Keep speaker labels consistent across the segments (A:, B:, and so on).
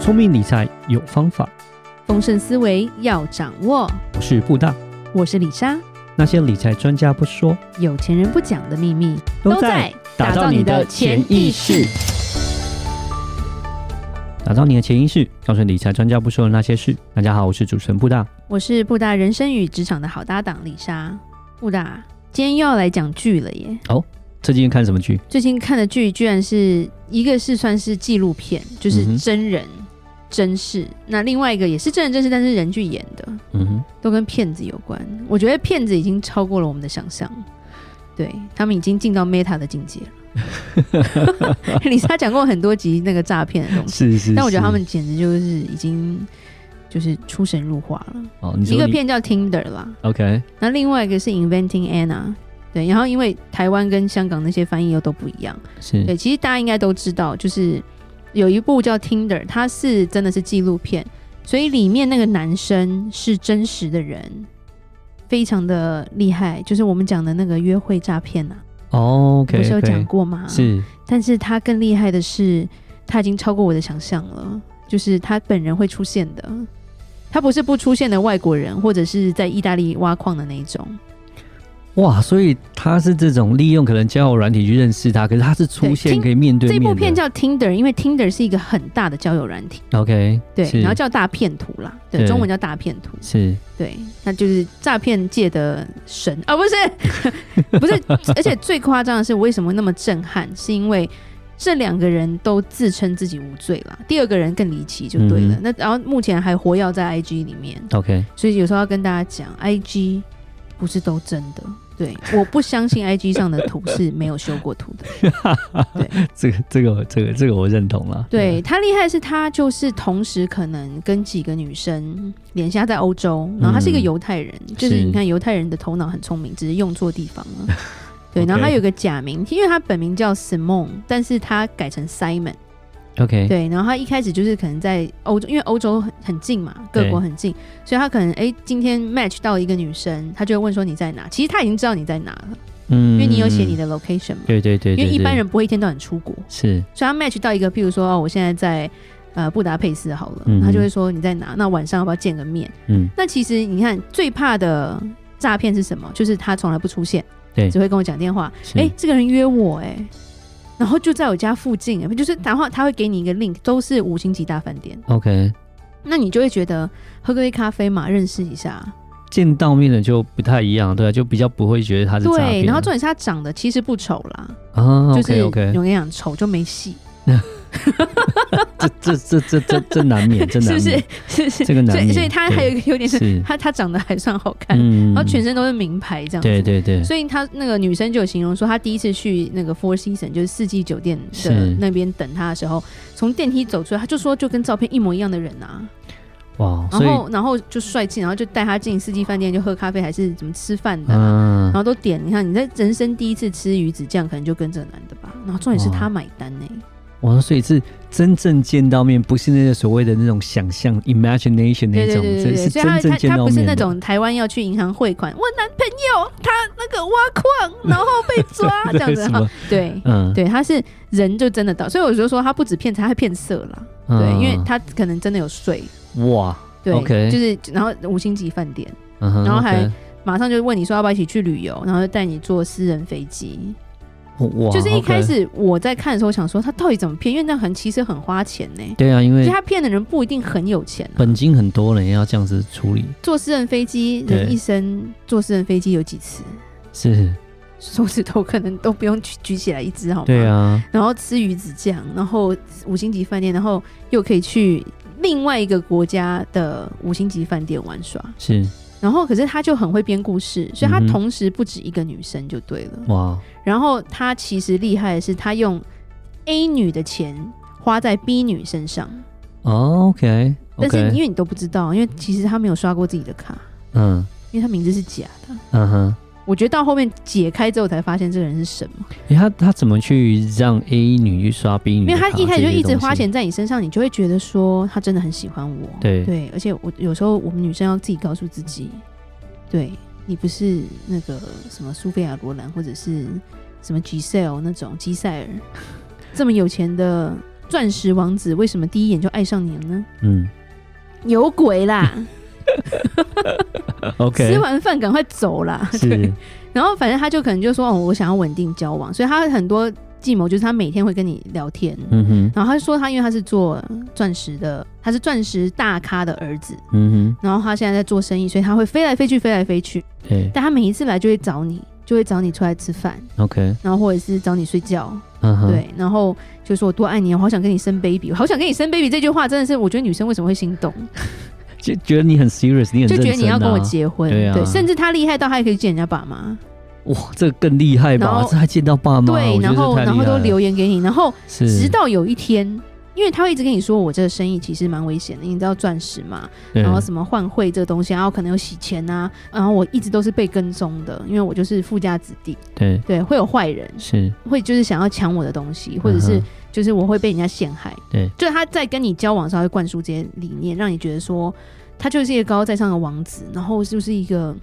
A: 聪明理财有方法，
B: 丰盛思维要掌握。
A: 我是布大。
B: 我是李莎，
A: 那些理财专家不说，
B: 有钱人不讲的秘密
A: 打造你的潜意识。，打造你的潜意识，告诉理财专家不说的那些事。大家好，我是主持人布大。
B: 我是布达人生与职场的好搭档李莎。布达，今天又要来讲剧了耶！
A: 最近看什么剧？
B: 最近看的剧居然是一个是算是纪录片，就
A: 嗯哼
B: 是真人、真事；那另外一个也是真人真事，但是人剧演的，
A: 嗯哼，
B: 都跟骗子有关。我觉得骗子已经超过了我们的想象，对他们已经进到 Meta 的境界了。 李莎讲过很多集那个诈骗的东西，
A: 是是
B: 但我觉得
A: 是
B: 他们简直就是已经就是出神入化了。
A: 哦，你说
B: 一个
A: 你
B: 片叫 Tinder 啦，
A: OK，
B: 那另外一个是 Inventing Anna。对，然后因为台湾跟香港那些翻译又都不一样，
A: 是
B: 对，其实大家应该都知道，就是有一部叫《Tinder》，它是真的是纪录片，所以里面那个男生是真实的人，非常的厉害，就是我们讲的那个约会诈骗呐、
A: 哦，OK，
B: 不是有
A: OK，
B: 讲过吗？
A: 是
B: 但是他更厉害的是，他已经超过我的想象了，就是他本人会出现的，他不是不出现的外国人，或者是在意大利挖矿的那一种，
A: 哇，所以他是这种利用可能交友软体去认识他，可是他是出
B: 对
A: 现
B: 听
A: 可以面对
B: 这
A: 面的。
B: 部片叫 Tinder，因为 Tinder 是一个很大的交友软体，
A: OK，
B: 对，
A: 是
B: 然后叫大骗徒啦，对，
A: 对
B: 中文叫大骗徒，
A: 是
B: 对，那就是诈骗界的神啊，不是， 不是，而且最夸张的是，为什么那么震撼？是因为这两个人都自称自己无罪啦，第二个人更离奇，就对了。
A: 嗯
B: 那然后目前还活跃在 IG 里面，
A: OK，
B: 所以有时候要跟大家讲，IG 不是都真的。对，我不相信 IG 上的图是没有修过图的。
A: 这个这个这个这个我认同了。
B: 对他厉害是他就是同时可能跟几个女生联系，他在欧洲，然后他是一个
A: 嗯
B: 犹太人，就是
A: 是
B: 你看犹太人的头脑很聪明，只是用错地方 了。对，
A: OK
B: 然后他有个假名，因为他本名叫 Simon，但是他改成 Simon。
A: 啊，OK，
B: 对，然后他一开始就是可能在欧洲，因为欧洲很很近嘛，各
A: 对
B: 国很近，所以他可能哎、今天 match 到一个女生，他就会问说你在哪？其实他已经知道你在哪了，
A: 嗯
B: 因为你有写你，的 location 嘛。
A: 对对对，
B: 因为
A: 对
B: 一般
A: 对
B: 人不会一天到晚出国，
A: 是
B: 所以他 match 到一个，譬如说哦，我现在在呃布达佩斯好了，
A: 嗯哼
B: 他就会说你在哪？那晚上要不要见个面？
A: 嗯
B: 那其实你看最怕的诈骗是什么？就是他从来不出现，
A: 对
B: 只会跟我讲电话。
A: 是
B: 哎、这个人约我哎、然后就在我家附近、哎，就是然后他会给你一个 link，都是五星级大饭店，
A: OK，
B: 那你就会觉得喝杯咖啡嘛，认识一下，
A: 见到面的就不太一样，对啊，就比较不会觉得他是诈
B: 对。
A: 骗
B: 然后重点是他长得其实不丑啦，
A: 啊
B: 就是
A: ，OK
B: 有跟
A: OK，
B: 你讲丑就没戏，
A: 这这这这这这难 免，这
B: 是
A: 难
B: 不是
A: 免，？
B: 是不是？
A: 啊嗯这个难
B: 所以
A: 免
B: 所以他还有一个优点是，
A: 是
B: 他他长得还算好看，
A: 嗯，
B: 然后全身都是名牌这样子。
A: 对对对，
B: 所以他那个女生就有形容说，她第一次去那个 Four Season，就是四季酒店的
A: 是
B: 那边等他的时候，从电梯走出来，他就说就跟照片一模一样的人啊，
A: 哇，
B: 然
A: 所以
B: 后然后就帅气，然后就带他进四季饭店就喝咖啡还是怎么吃饭的啊、
A: 嗯
B: 然，后都点，你看你在人生第一次吃鱼子酱，可能就跟这个男的吧。然后重点是
A: 哇
B: 他买单呢、
A: 哇，所以是真正见到面，不是那个所谓的那种想象 imagination 那
B: 对对
A: 种，
B: 对
A: 这
B: 对对，
A: 是
B: 所以他
A: 真正
B: 他
A: 见
B: 他
A: 到面的
B: 不是那种台湾要去银行汇款，我男朋友他那个挖矿，然后被抓 啊这样子
A: 什
B: 哈
A: 么，
B: 对。
A: 嗯，
B: 对，他是人就真的到，所以我就说他不止骗财，他还骗色啦。
A: 嗯
B: 对，因为他可能真的有睡，
A: 哇，
B: 对
A: OK
B: 就是然后五星级饭店，
A: 嗯哼
B: 然后还
A: OK
B: 马上就问你说要不要一起去旅游，然后就带你坐私人飞机。
A: 哇，
B: 就是一开
A: OK，
B: 始我在看的时候想说他到底怎么骗，因为那很其实很花钱呢、
A: 对啊，因
B: 所以
A: 为
B: 他骗的人不一定很有钱、啊，
A: 本金很多了，也要这样子处理，
B: 坐私人飞机，
A: 对
B: 人一生坐私人飞机有几次？
A: 是，
B: 手指头可能都不用举举起来一只，好吗？
A: 对。啊，
B: 然后吃鱼子酱，然后五星级饭店，然后又可以去另外一个国家的五星级饭店玩耍。
A: 是
B: 然后，可是他就很会编故事，所以他
A: 嗯哼
B: 同时不止一个女生就对了。
A: 哇，
B: 然后他其实厉害的是，他用 A 女的钱花在 B 女身上，
A: 哦，OK，
B: 但是
A: OK，
B: 因为你都不知道，因为其实他没有刷过自己的卡，
A: 嗯
B: 因为他名字是假的。
A: 嗯哼，
B: 我觉得到后面解开之后才发现这个人是什么，
A: 诶他他怎么去让 A 女去刷 B 女
B: 因
A: 的
B: 为
A: 卡？
B: 他一开始就
A: 这些
B: 一直
A: 东西
B: 花，钱在你身上，你就会觉得说他真的很喜欢我。
A: 对
B: 对，而且我有时候我们女生要自己告诉自己，对你不是那个什么苏菲亚罗兰或者是什么吉塞尔那种吉塞尔这么有钱的钻石王子为什么第一眼就爱上你了呢？
A: 嗯
B: 有鬼啦！吃
A: ，OK，
B: 完饭赶快走啦。对，
A: 是，
B: 然后反正他就可能就说哦，我想要稳定交往，所以他很多计谋就是他每天会跟你聊天。
A: 嗯哼，
B: 然后他就说他因为他是做钻石的，他是钻石大咖的儿子，
A: 嗯
B: 然后他现在在做生意，所以他会飞来飞去，飞来飞去。
A: 哼，对
B: 但他每一次来就会找你，就会找你出来吃饭，
A: ，OK，
B: 然后或者是找你睡觉，
A: 嗯哼，
B: 对，然后就说我多爱你，我好想跟你生 baby，我好想跟你生 baby。这句话真的是，我觉得女生为什么会心动，
A: 就觉得你很 serious，你很
B: 就
A: 认真、啊、
B: 觉得你要跟我结婚，
A: 对啊
B: 甚至他厉害到他还可以见人家爸妈，
A: 哇，这个更厉害
B: 然
A: 吧？
B: 后
A: 这还见到爸妈，
B: 对，
A: 我觉
B: 然
A: 得这
B: 后
A: 太厉
B: 然后
A: 害
B: 都
A: 了
B: 留言给你，然后
A: 是
B: 直到有一天。因为他会一直跟你说，我这个生意其实蛮危险的，你知道钻石嘛？
A: 对
B: 然后什么换汇这个东西，然后可能有洗钱啊，然后我一直都是被跟踪的，因为我就是富家子弟，
A: 对
B: 对，会有坏人，
A: 是，
B: 会就是想要抢我的东西，或者
A: 嗯
B: 是
A: 哼
B: 就是我会被人家陷害。
A: 对，
B: 就是他在跟你交往的时候，他会灌输这些理念，让你觉得说他就是一个高高在上的王子，然后就是一个，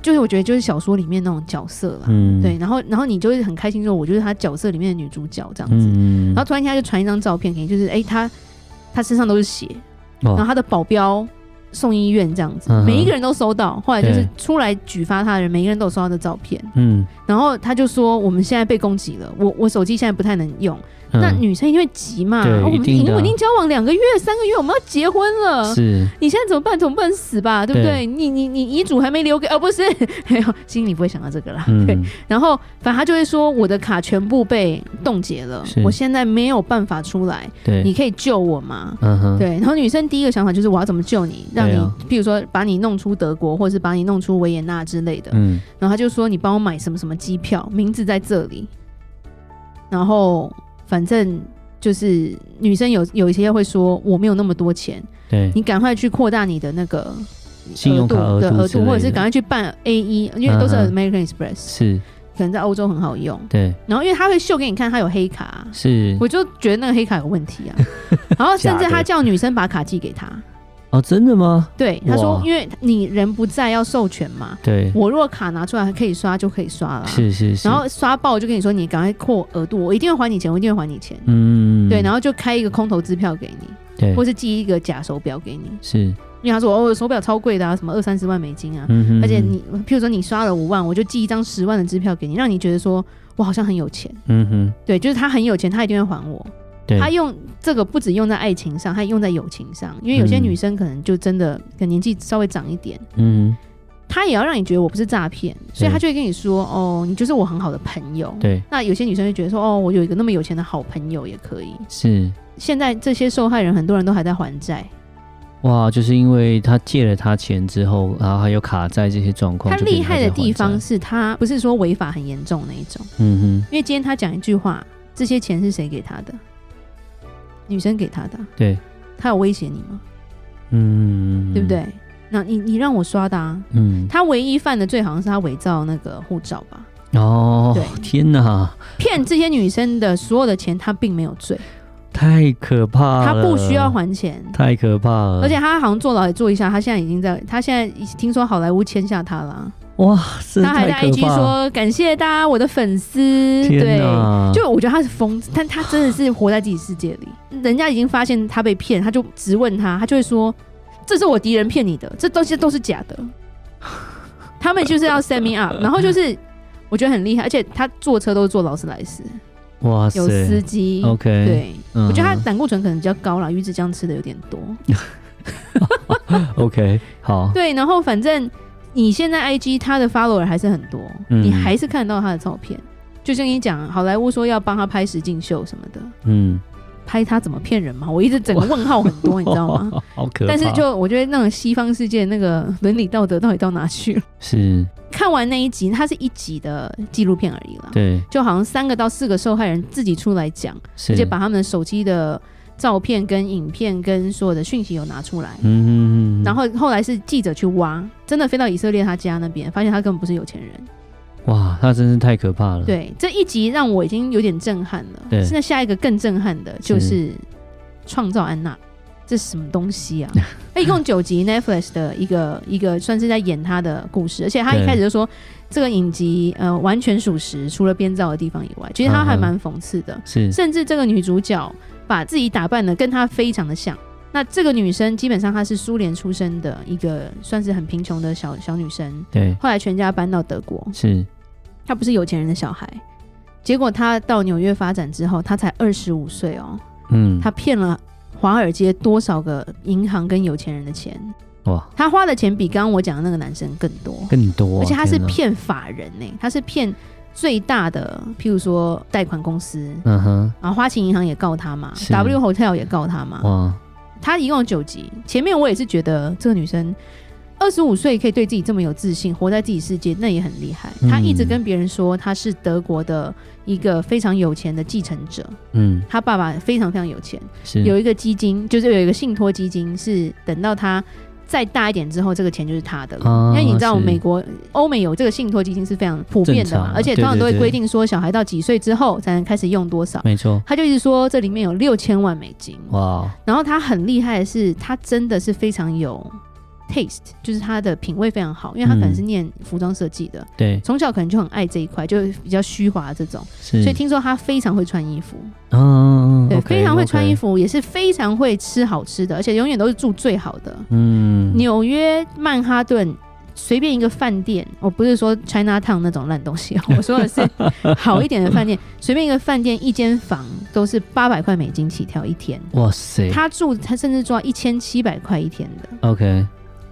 B: 就是我觉得就是小说里面那种角色啦。
A: 嗯，
B: 对，然后然后你就会很开心说，我就是他角色里面的女主角这样子。
A: 嗯，
B: 然后突然间他就传一张照片给你，就是哎、他他身上都是血，
A: 哇
B: 然后他的保镖送医院这样子，
A: 哦嗯哼
B: 每一个人都收到。后来就是
A: 对
B: 出来举发他的人，每一个人都有收到他的照片。
A: 嗯，
B: 然后他就说：“我们现在被攻击了，我我手机现在不太能用。
A: 嗯
B: 那女生因为急嘛，
A: 对
B: 哦我们
A: 一定的
B: 已
A: 啊
B: 经稳定交往两个月、三个月，我们要结婚了。
A: 是
B: 你现在怎么办？总不能死吧，对不对？
A: 对
B: 你你你遗嘱还没留给……哦，不是， 没有，心里不会想到这个啦。对。
A: 嗯
B: 然后反正他就会说：我的卡全部被冻结了，
A: 是
B: 我现在没有办法出来，
A: 对，
B: 你可以救我吗？
A: 嗯哼，
B: 对，然后女生第一个想法就是我要怎么救你，让你，
A: 对啊
B: 譬如说把你弄出德国，或者是把你弄出维也纳之类的。
A: 嗯
B: 然后他就说你帮我买什么什么机票，名字在这里。然后反正就是女生有有一些会说我没有那么多钱，
A: 对，
B: 你赶快去扩大你的那个
A: 嗯信用卡
B: 额的
A: 额度
B: 额
A: 之
B: 度，或者
A: 类
B: 是
A: 的
B: 赶快去办 A 一，因为都是
A: 嗯嗯
B: American Express，、
A: 是，
B: 可能在欧洲很好用。
A: 对
B: 然后因为他会秀给你看，他有黑卡啊、
A: 是，
B: 我就觉得那个黑卡有问题 啊。然后甚至
A: 假的
B: 他叫女生把卡寄给他，
A: 哦，真的吗？
B: 对他说
A: 哇，
B: 因为你人不在要授权嘛，
A: 对，
B: 我若卡拿出来可以刷就可以刷啦。
A: 是是是，
B: 然后刷爆就跟你说，你赶快扩额度，我一定会还你钱，我一定会还你钱。
A: 嗯，
B: 对，然
A: 后
B: 后就开一个空头支票给你，
A: 对
B: 或是寄一个假手表给你，
A: 是，
B: 因为他说哦，手表超贵的啊，什么二三十万美金啊，
A: 嗯哼，
B: 而且你譬如说你刷了五万，我就寄一张十万的支票给你，让你觉得说我好像很有钱。
A: 嗯哼，
B: 对，就是他很有钱，他一定会还我。
A: 对，
B: 他用这个不只用在爱情上，他也用在友情上，因为有些
A: 嗯
B: 女生可能就真的可能年纪稍微长一点，
A: 嗯
B: 她也要让你觉得我不是诈骗，所以
A: 对
B: 她就会跟你说哦，你就是我很好的朋友。
A: 对
B: 那有些女生就觉得说，哦，我有一个那么有钱的好朋友也可以。
A: 是。
B: 现在这些受害人很多人都还在还债，
A: 哇，就是因为他借了他钱之后，然后还有卡债这些状况，
B: 他
A: 哦就变
B: 厉
A: 成
B: 害的
A: 在还
B: 地方
A: 债，
B: 是他不是说违法很严重那一种，
A: 嗯
B: 因为今天他讲一句话，这些钱是谁给他的？女生给他的，啊
A: 哼，对，
B: 他有威胁你吗？
A: 嗯，
B: 对不？对？那你你让我刷的啊。
A: 嗯，
B: 他唯一犯的罪好像是他伪造那个护照吧，
A: 哦
B: 对，
A: 天哪，
B: 骗这些女生的所有的钱，他并没有罪，
A: 太可怕了，
B: 他不需要，还钱，
A: 太可怕了，
B: 而且他好像坐牢也坐一下，他现在已经在，他现在已听说好莱坞签下他了，
A: 哇，这
B: 他还在
A: 太可
B: IG
A: 怕了，
B: 说感谢大家我的粉丝，
A: 天
B: 对，
A: 哪，
B: 就我觉得他是疯子，但他真的是活在自己世界里，人家已经发现他被骗，他就质问他，他就会说这是我敌人骗你的，这东西都是假的， 他们就是要 set me up，然后就是。我觉得很厉害，而且他坐车都是坐劳斯莱斯，
A: 哇塞
B: 有司机。
A: ，OK，，
B: 对，
A: 嗯
B: 我觉得他胆固醇可能比较高啦，鱼子酱吃的有点多。
A: OK，好，
B: 对，然后反正你现在 IG 他的 follower 还是很多，
A: 嗯
B: 你还是看得到他的照片。就像你讲，好莱坞说要帮他拍实境秀什么的，
A: 嗯，
B: 拍他怎么骗人嘛？我一直整个问号很多，你 知道吗？？
A: 好可怕，
B: 但是就我觉得那种西方世界那个伦理道德到底到哪去了？
A: 是
B: 看完那一集，它是一集的纪录片而已啦，
A: 对，
B: 就好像三个到四个受害人自己出来讲，
A: 是
B: 而且把他们的手机的照片、跟影片、跟所有的讯息有拿出来，
A: 嗯，
B: 然后后来是记者去挖，真的飞到以色列他家那边，发现他根本不是有钱人。
A: 哇，他真是太可怕了，，
B: 对，这一集让我已经有点震撼了。
A: 嗯对
B: 那下一个更震撼的就是《创造安娜》，这是什么东西 啊？哎，一共九集 Netflix 的一个一个算是在演他的故事，而且他一
A: 对
B: 开始就说这个影集呃完全属实，除了编造的地方以外，其实他还
A: 嗯哼
B: 蛮讽刺的。
A: 是
B: 甚至这个女主角把自己打扮的跟她非常的像。那这个女生基本上她是苏联出生的一个算是很贫穷的小小女生，
A: 对，
B: 后来全家搬到德国，
A: 是
B: 她不是有钱人的小孩。结果她到纽约发展之后，她才二十五岁哦，
A: 嗯，
B: 她骗了华尔街多少个银行跟有钱人的钱？
A: 哇
B: 她花的钱比刚刚我讲的那个男生更多，
A: 更多，
B: 而且她是
A: 天哪，
B: 骗法人呢、她是骗最大的，譬如说贷款公司，
A: 嗯哼，
B: 啊，花旗银行也告他嘛
A: 是哦
B: ，W Hotel 也告他嘛。
A: 哇，
B: 他一共有九集，前面我也是觉得这个女生二十五岁可以对自己这么有自信，活在自己世界，那也很厉害。
A: 嗯
B: 她一直跟别人说她是德国的一个非常有钱的继承者，
A: 嗯，
B: 她爸爸非常非常有钱，
A: 是
B: 有一个基金，就是有一个信托基金，是等到她。再大一点之后，这个钱就是她的了。
A: 啊
B: 因为你知道，
A: 是
B: 美国、欧美有这个信托基金是非常普遍的
A: 正
B: 嘛
A: 常，
B: 而且
A: 对
B: 通常都会
A: 对对
B: 规定说，小孩到几岁之后才能开始用多少。
A: 没错，
B: 他就一直说这里面有六千万美金，
A: 哇，
B: 然后他很厉害的是，他真的是非常有 taste，就是他的品味非常好，因为他可能是念服装设计的，
A: 对，
B: 从小可能就很爱这一块，就是比较虚华这种，
A: 是，
B: 所以听说他非常会穿衣服，
A: 嗯，
B: 对，非常会穿衣
A: 服，
B: 服，也是非常会吃好吃的，而且永远都是住最好的。
A: 嗯，
B: 纽约曼哈顿随便一个饭店，我不是说 China Town 那种烂东西， 我说的是好一点的饭店，随便一个饭店一间房都是八百块美金起跳一天。
A: 哇塞，
B: 他住，他甚至住到一千七百块一天的，
A: OK，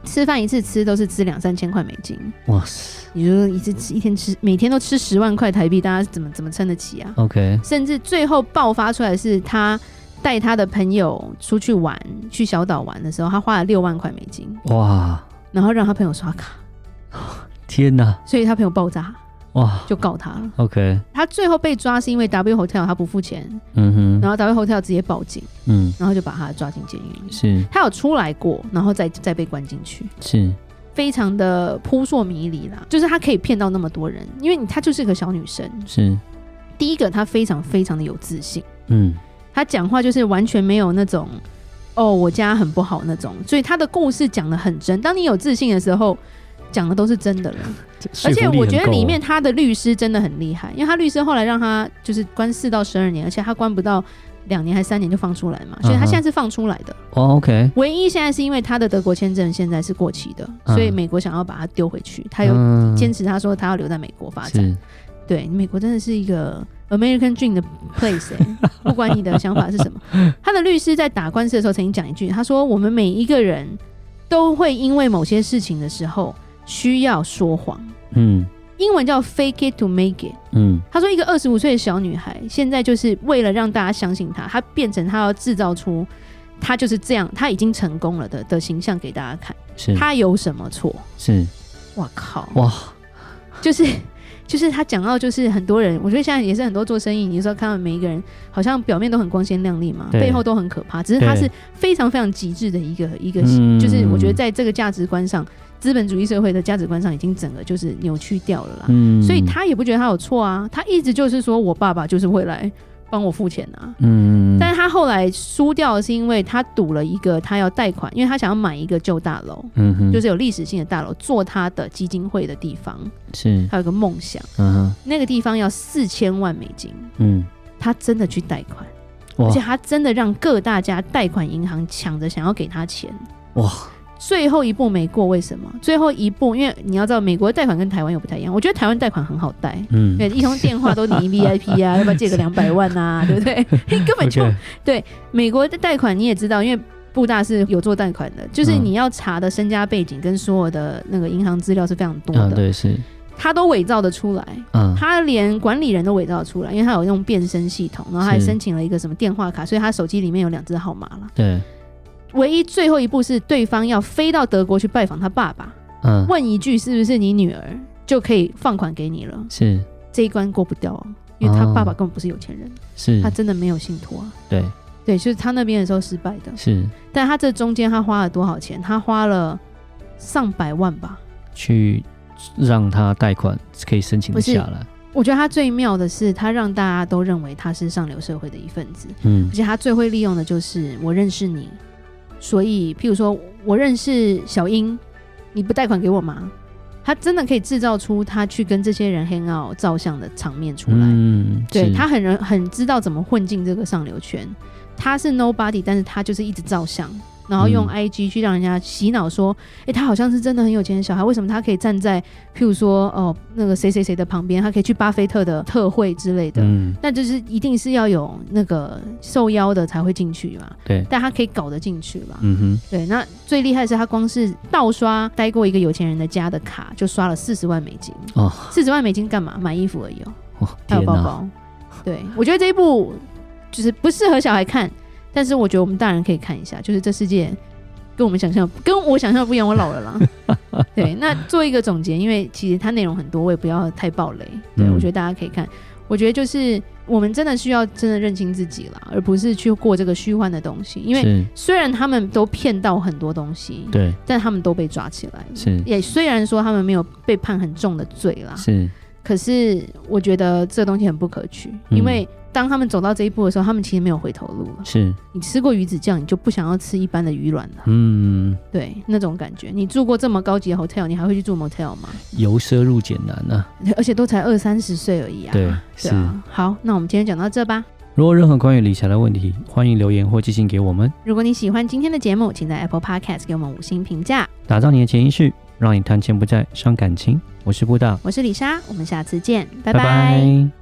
B: 吃饭一次吃都是吃两三千块美金，
A: 哇塞
B: 你说一次吃一天吃，每天都吃十万块台币，大家怎么怎么撑得起啊？
A: ，OK，
B: 甚至最后爆发出来是他带他的朋友出去玩，去小岛玩的时候，他花了六万块美金，
A: 哇，
B: 然后让他朋友刷卡，
A: 天哪，
B: 所以他朋友爆炸
A: 哇
B: 就告他了。
A: ，OK，
B: 他最后被抓是因为 W Hotel 他不付钱，
A: 嗯哼，
B: 然后 W Hotel 直接报警，
A: 嗯，
B: 然后就把他抓进监狱。
A: 是
B: 他有出来过，然后再再被关进去。
A: 是，
B: 非常的扑朔迷离啦，就是她可以骗到那么多人，因为她就是个小女生。
A: 是，
B: 第一个，她非常非常的有自信，
A: 嗯，
B: 她讲话就是完全没有那种哦我家很不好那种，所以她的故事讲的很真。当你有自信的时候，讲的都是真的了。而且我觉
A: 啊
B: 得里面她的律师真的很厉害，因为她律师后来让她就是关四到十二年，而且她关不到。两年还三年就放出来嘛，所以她
A: 嗯哼
B: 现在是放出来的。
A: 哦，OK，
B: 唯一现在是因为她的德国签证现在是过期的，所以
A: 嗯
B: 美国想要把她丢回去，她
A: 还
B: 有
A: 有
B: 坚持他说他要留在美国发展。
A: 是
B: 对，美国真的是一个 American dream 的 place，、欸、 不管你的想法是什么。他的律师在打官司的时候曾经讲一句，他说：“我们每一个人都会因为某些事情的时候需要说谎，
A: 嗯
B: 英文叫 fake it to make it。”
A: 嗯
B: 他说，一个二十五岁的小女孩，现在就是为了让大家相信她，她变成她要制造出她就是这样，她已经成功了的的形象给大家看，
A: 是
B: 她有什么错？
A: 是
B: 哇靠！
A: 嗯哇，
B: 就是就是他讲到，就是很多人，我觉得现在也是很多做生意，你说看到每一个人好像表面都很光鲜亮丽嘛，
A: 对
B: 背后都很可怕，只是他
A: 对
B: 是非常非常极致的一个一个，
A: 嗯
B: 就是我觉得在这个价值观上，资本主义社会的价值观上已经整个就是扭曲掉了啦。
A: 嗯，
B: 所以他也不觉得他有错啊，他一直就是说我爸爸就是会来帮我付钱啊。
A: 嗯，
B: 但是他后来输掉，是因为他赌了一个他要贷款，因为他想要买一个旧大楼，
A: 嗯哼，
B: 就是是有历史性的大楼，做他的基金会的地方。
A: 是
B: 他有个梦想，
A: 嗯哼
B: 那个地方要四千万美金，
A: 嗯
B: 他真的去贷款，
A: 哇
B: 而且他真的让各大家贷款银行抢着想要给他钱。
A: 哇，
B: 最后一步没过，为什么？最后一步，因为你要知道，美国的贷款跟台湾又不太一样。我觉得台湾贷款很好贷，
A: 嗯
B: 对，一通电话都你 VIP 啊，要不要借个两百万啊，对不对？ 你根本就
A: OK，啊
B: 美国的贷款你也知道，因为。布大是有做贷款的，就是
A: 嗯
B: 你要查的身家背景跟所有的那个银行资料是非常多
A: 嗯
B: 的，
A: 对是
B: 他都伪造的出来。
A: 嗯
B: 他连管理人都伪造出来，因为他有用变身系统，然后他还
A: 是
B: 申请了一个什么电话卡，所以他手机里面有两只号码了。
A: 对
B: 唯一最后一步是对方要飞到德国去拜访他爸爸，
A: 嗯
B: 问一句是不是你女儿就可以放款给你了，
A: 是
B: 这一关过不掉、啊，因为他
A: 哦
B: 爸爸根本不是有钱人，
A: 是
B: 他真的没有信托啊。
A: 对
B: 对，就是他那边的时候失败的，
A: 是
B: 但他这中间他花了多少钱？他花了上百万吧。
A: 去让他贷款可以申请
B: 不
A: 得
B: 是
A: 下来，
B: 我觉得他最妙的是，他让大家都认为他是上流社会的一份子，
A: 嗯
B: 而且他最会利用的就是我认识你，所以，譬如说我认识小英，你不贷款给我吗？他真的可以制造出他去跟这些人 hang out 照相的场面出来。
A: 嗯，
B: 对
A: 是
B: 他很人很知道怎么混进这个上流圈。他是 nobody，但是他就是一直照相，然后
A: 嗯
B: 用 IG 去让人家洗脑说，诶，他好像是真的很有钱的小孩，为什么他可以站在譬如说哦那个谁谁谁的旁边，他可以去巴菲特的特会之类的。
A: 嗯，
B: 那就是一定是要有那个受邀的才会进去嘛，
A: 对，
B: 但他可以搞得进去嘛。
A: 嗯哼，
B: 对，那最厉害的是他光是盗刷待过一个有钱人的家的卡，就刷了四十万美金。
A: 哦，
B: 四十万美金干嘛？买衣服而已哦。
A: 哦，
B: 还有
A: 天
B: 包
A: 哪，
B: 包。对，我觉得这一部就是不适合小孩看，但是我觉得我们大人可以看一下，就是这世界跟我们想象跟我想象的不一样，我老了啦。 对，那做一个总结，因为其实它内容很多，我也不要太暴雷。对，
A: 嗯
B: 我觉得大家可以看。我觉得就是我们真的需要真的认清自己啦，而不是去过这个虚幻的东西。因为
A: 是，
B: 虽然他们都骗到很多东西，
A: 对，
B: 但他们都被抓起来了。
A: 是
B: 也虽然说他们没有被判很重的罪啦，
A: 是，
B: 可是我觉得这东西很不可取，
A: 嗯
B: 因为当他们走到这一步的时候，他们其实没有回头路了。
A: 是，
B: 你吃过鱼子酱，你就不想要吃一般的鱼卵了，
A: 嗯，
B: 对，那种感觉。你住过这么高级的 hotel，你还会去住 motel 吗？
A: 由奢入俭难啊，
B: 而且都才二三十岁而已啊。
A: 对，是
B: 对。啊。好，那我们今天讲到这吧。
A: 如果有任何关于理财的问题，欢迎留言或寄信给我们。
B: 如果你喜欢今天的节目，请在 Apple Podcast 给我们五星评价。
A: 打造你的潜意识，让你谈钱不再伤感情。我是布大，
B: 我是李莎，我们下次见，拜
A: 拜
B: 拜
A: 拜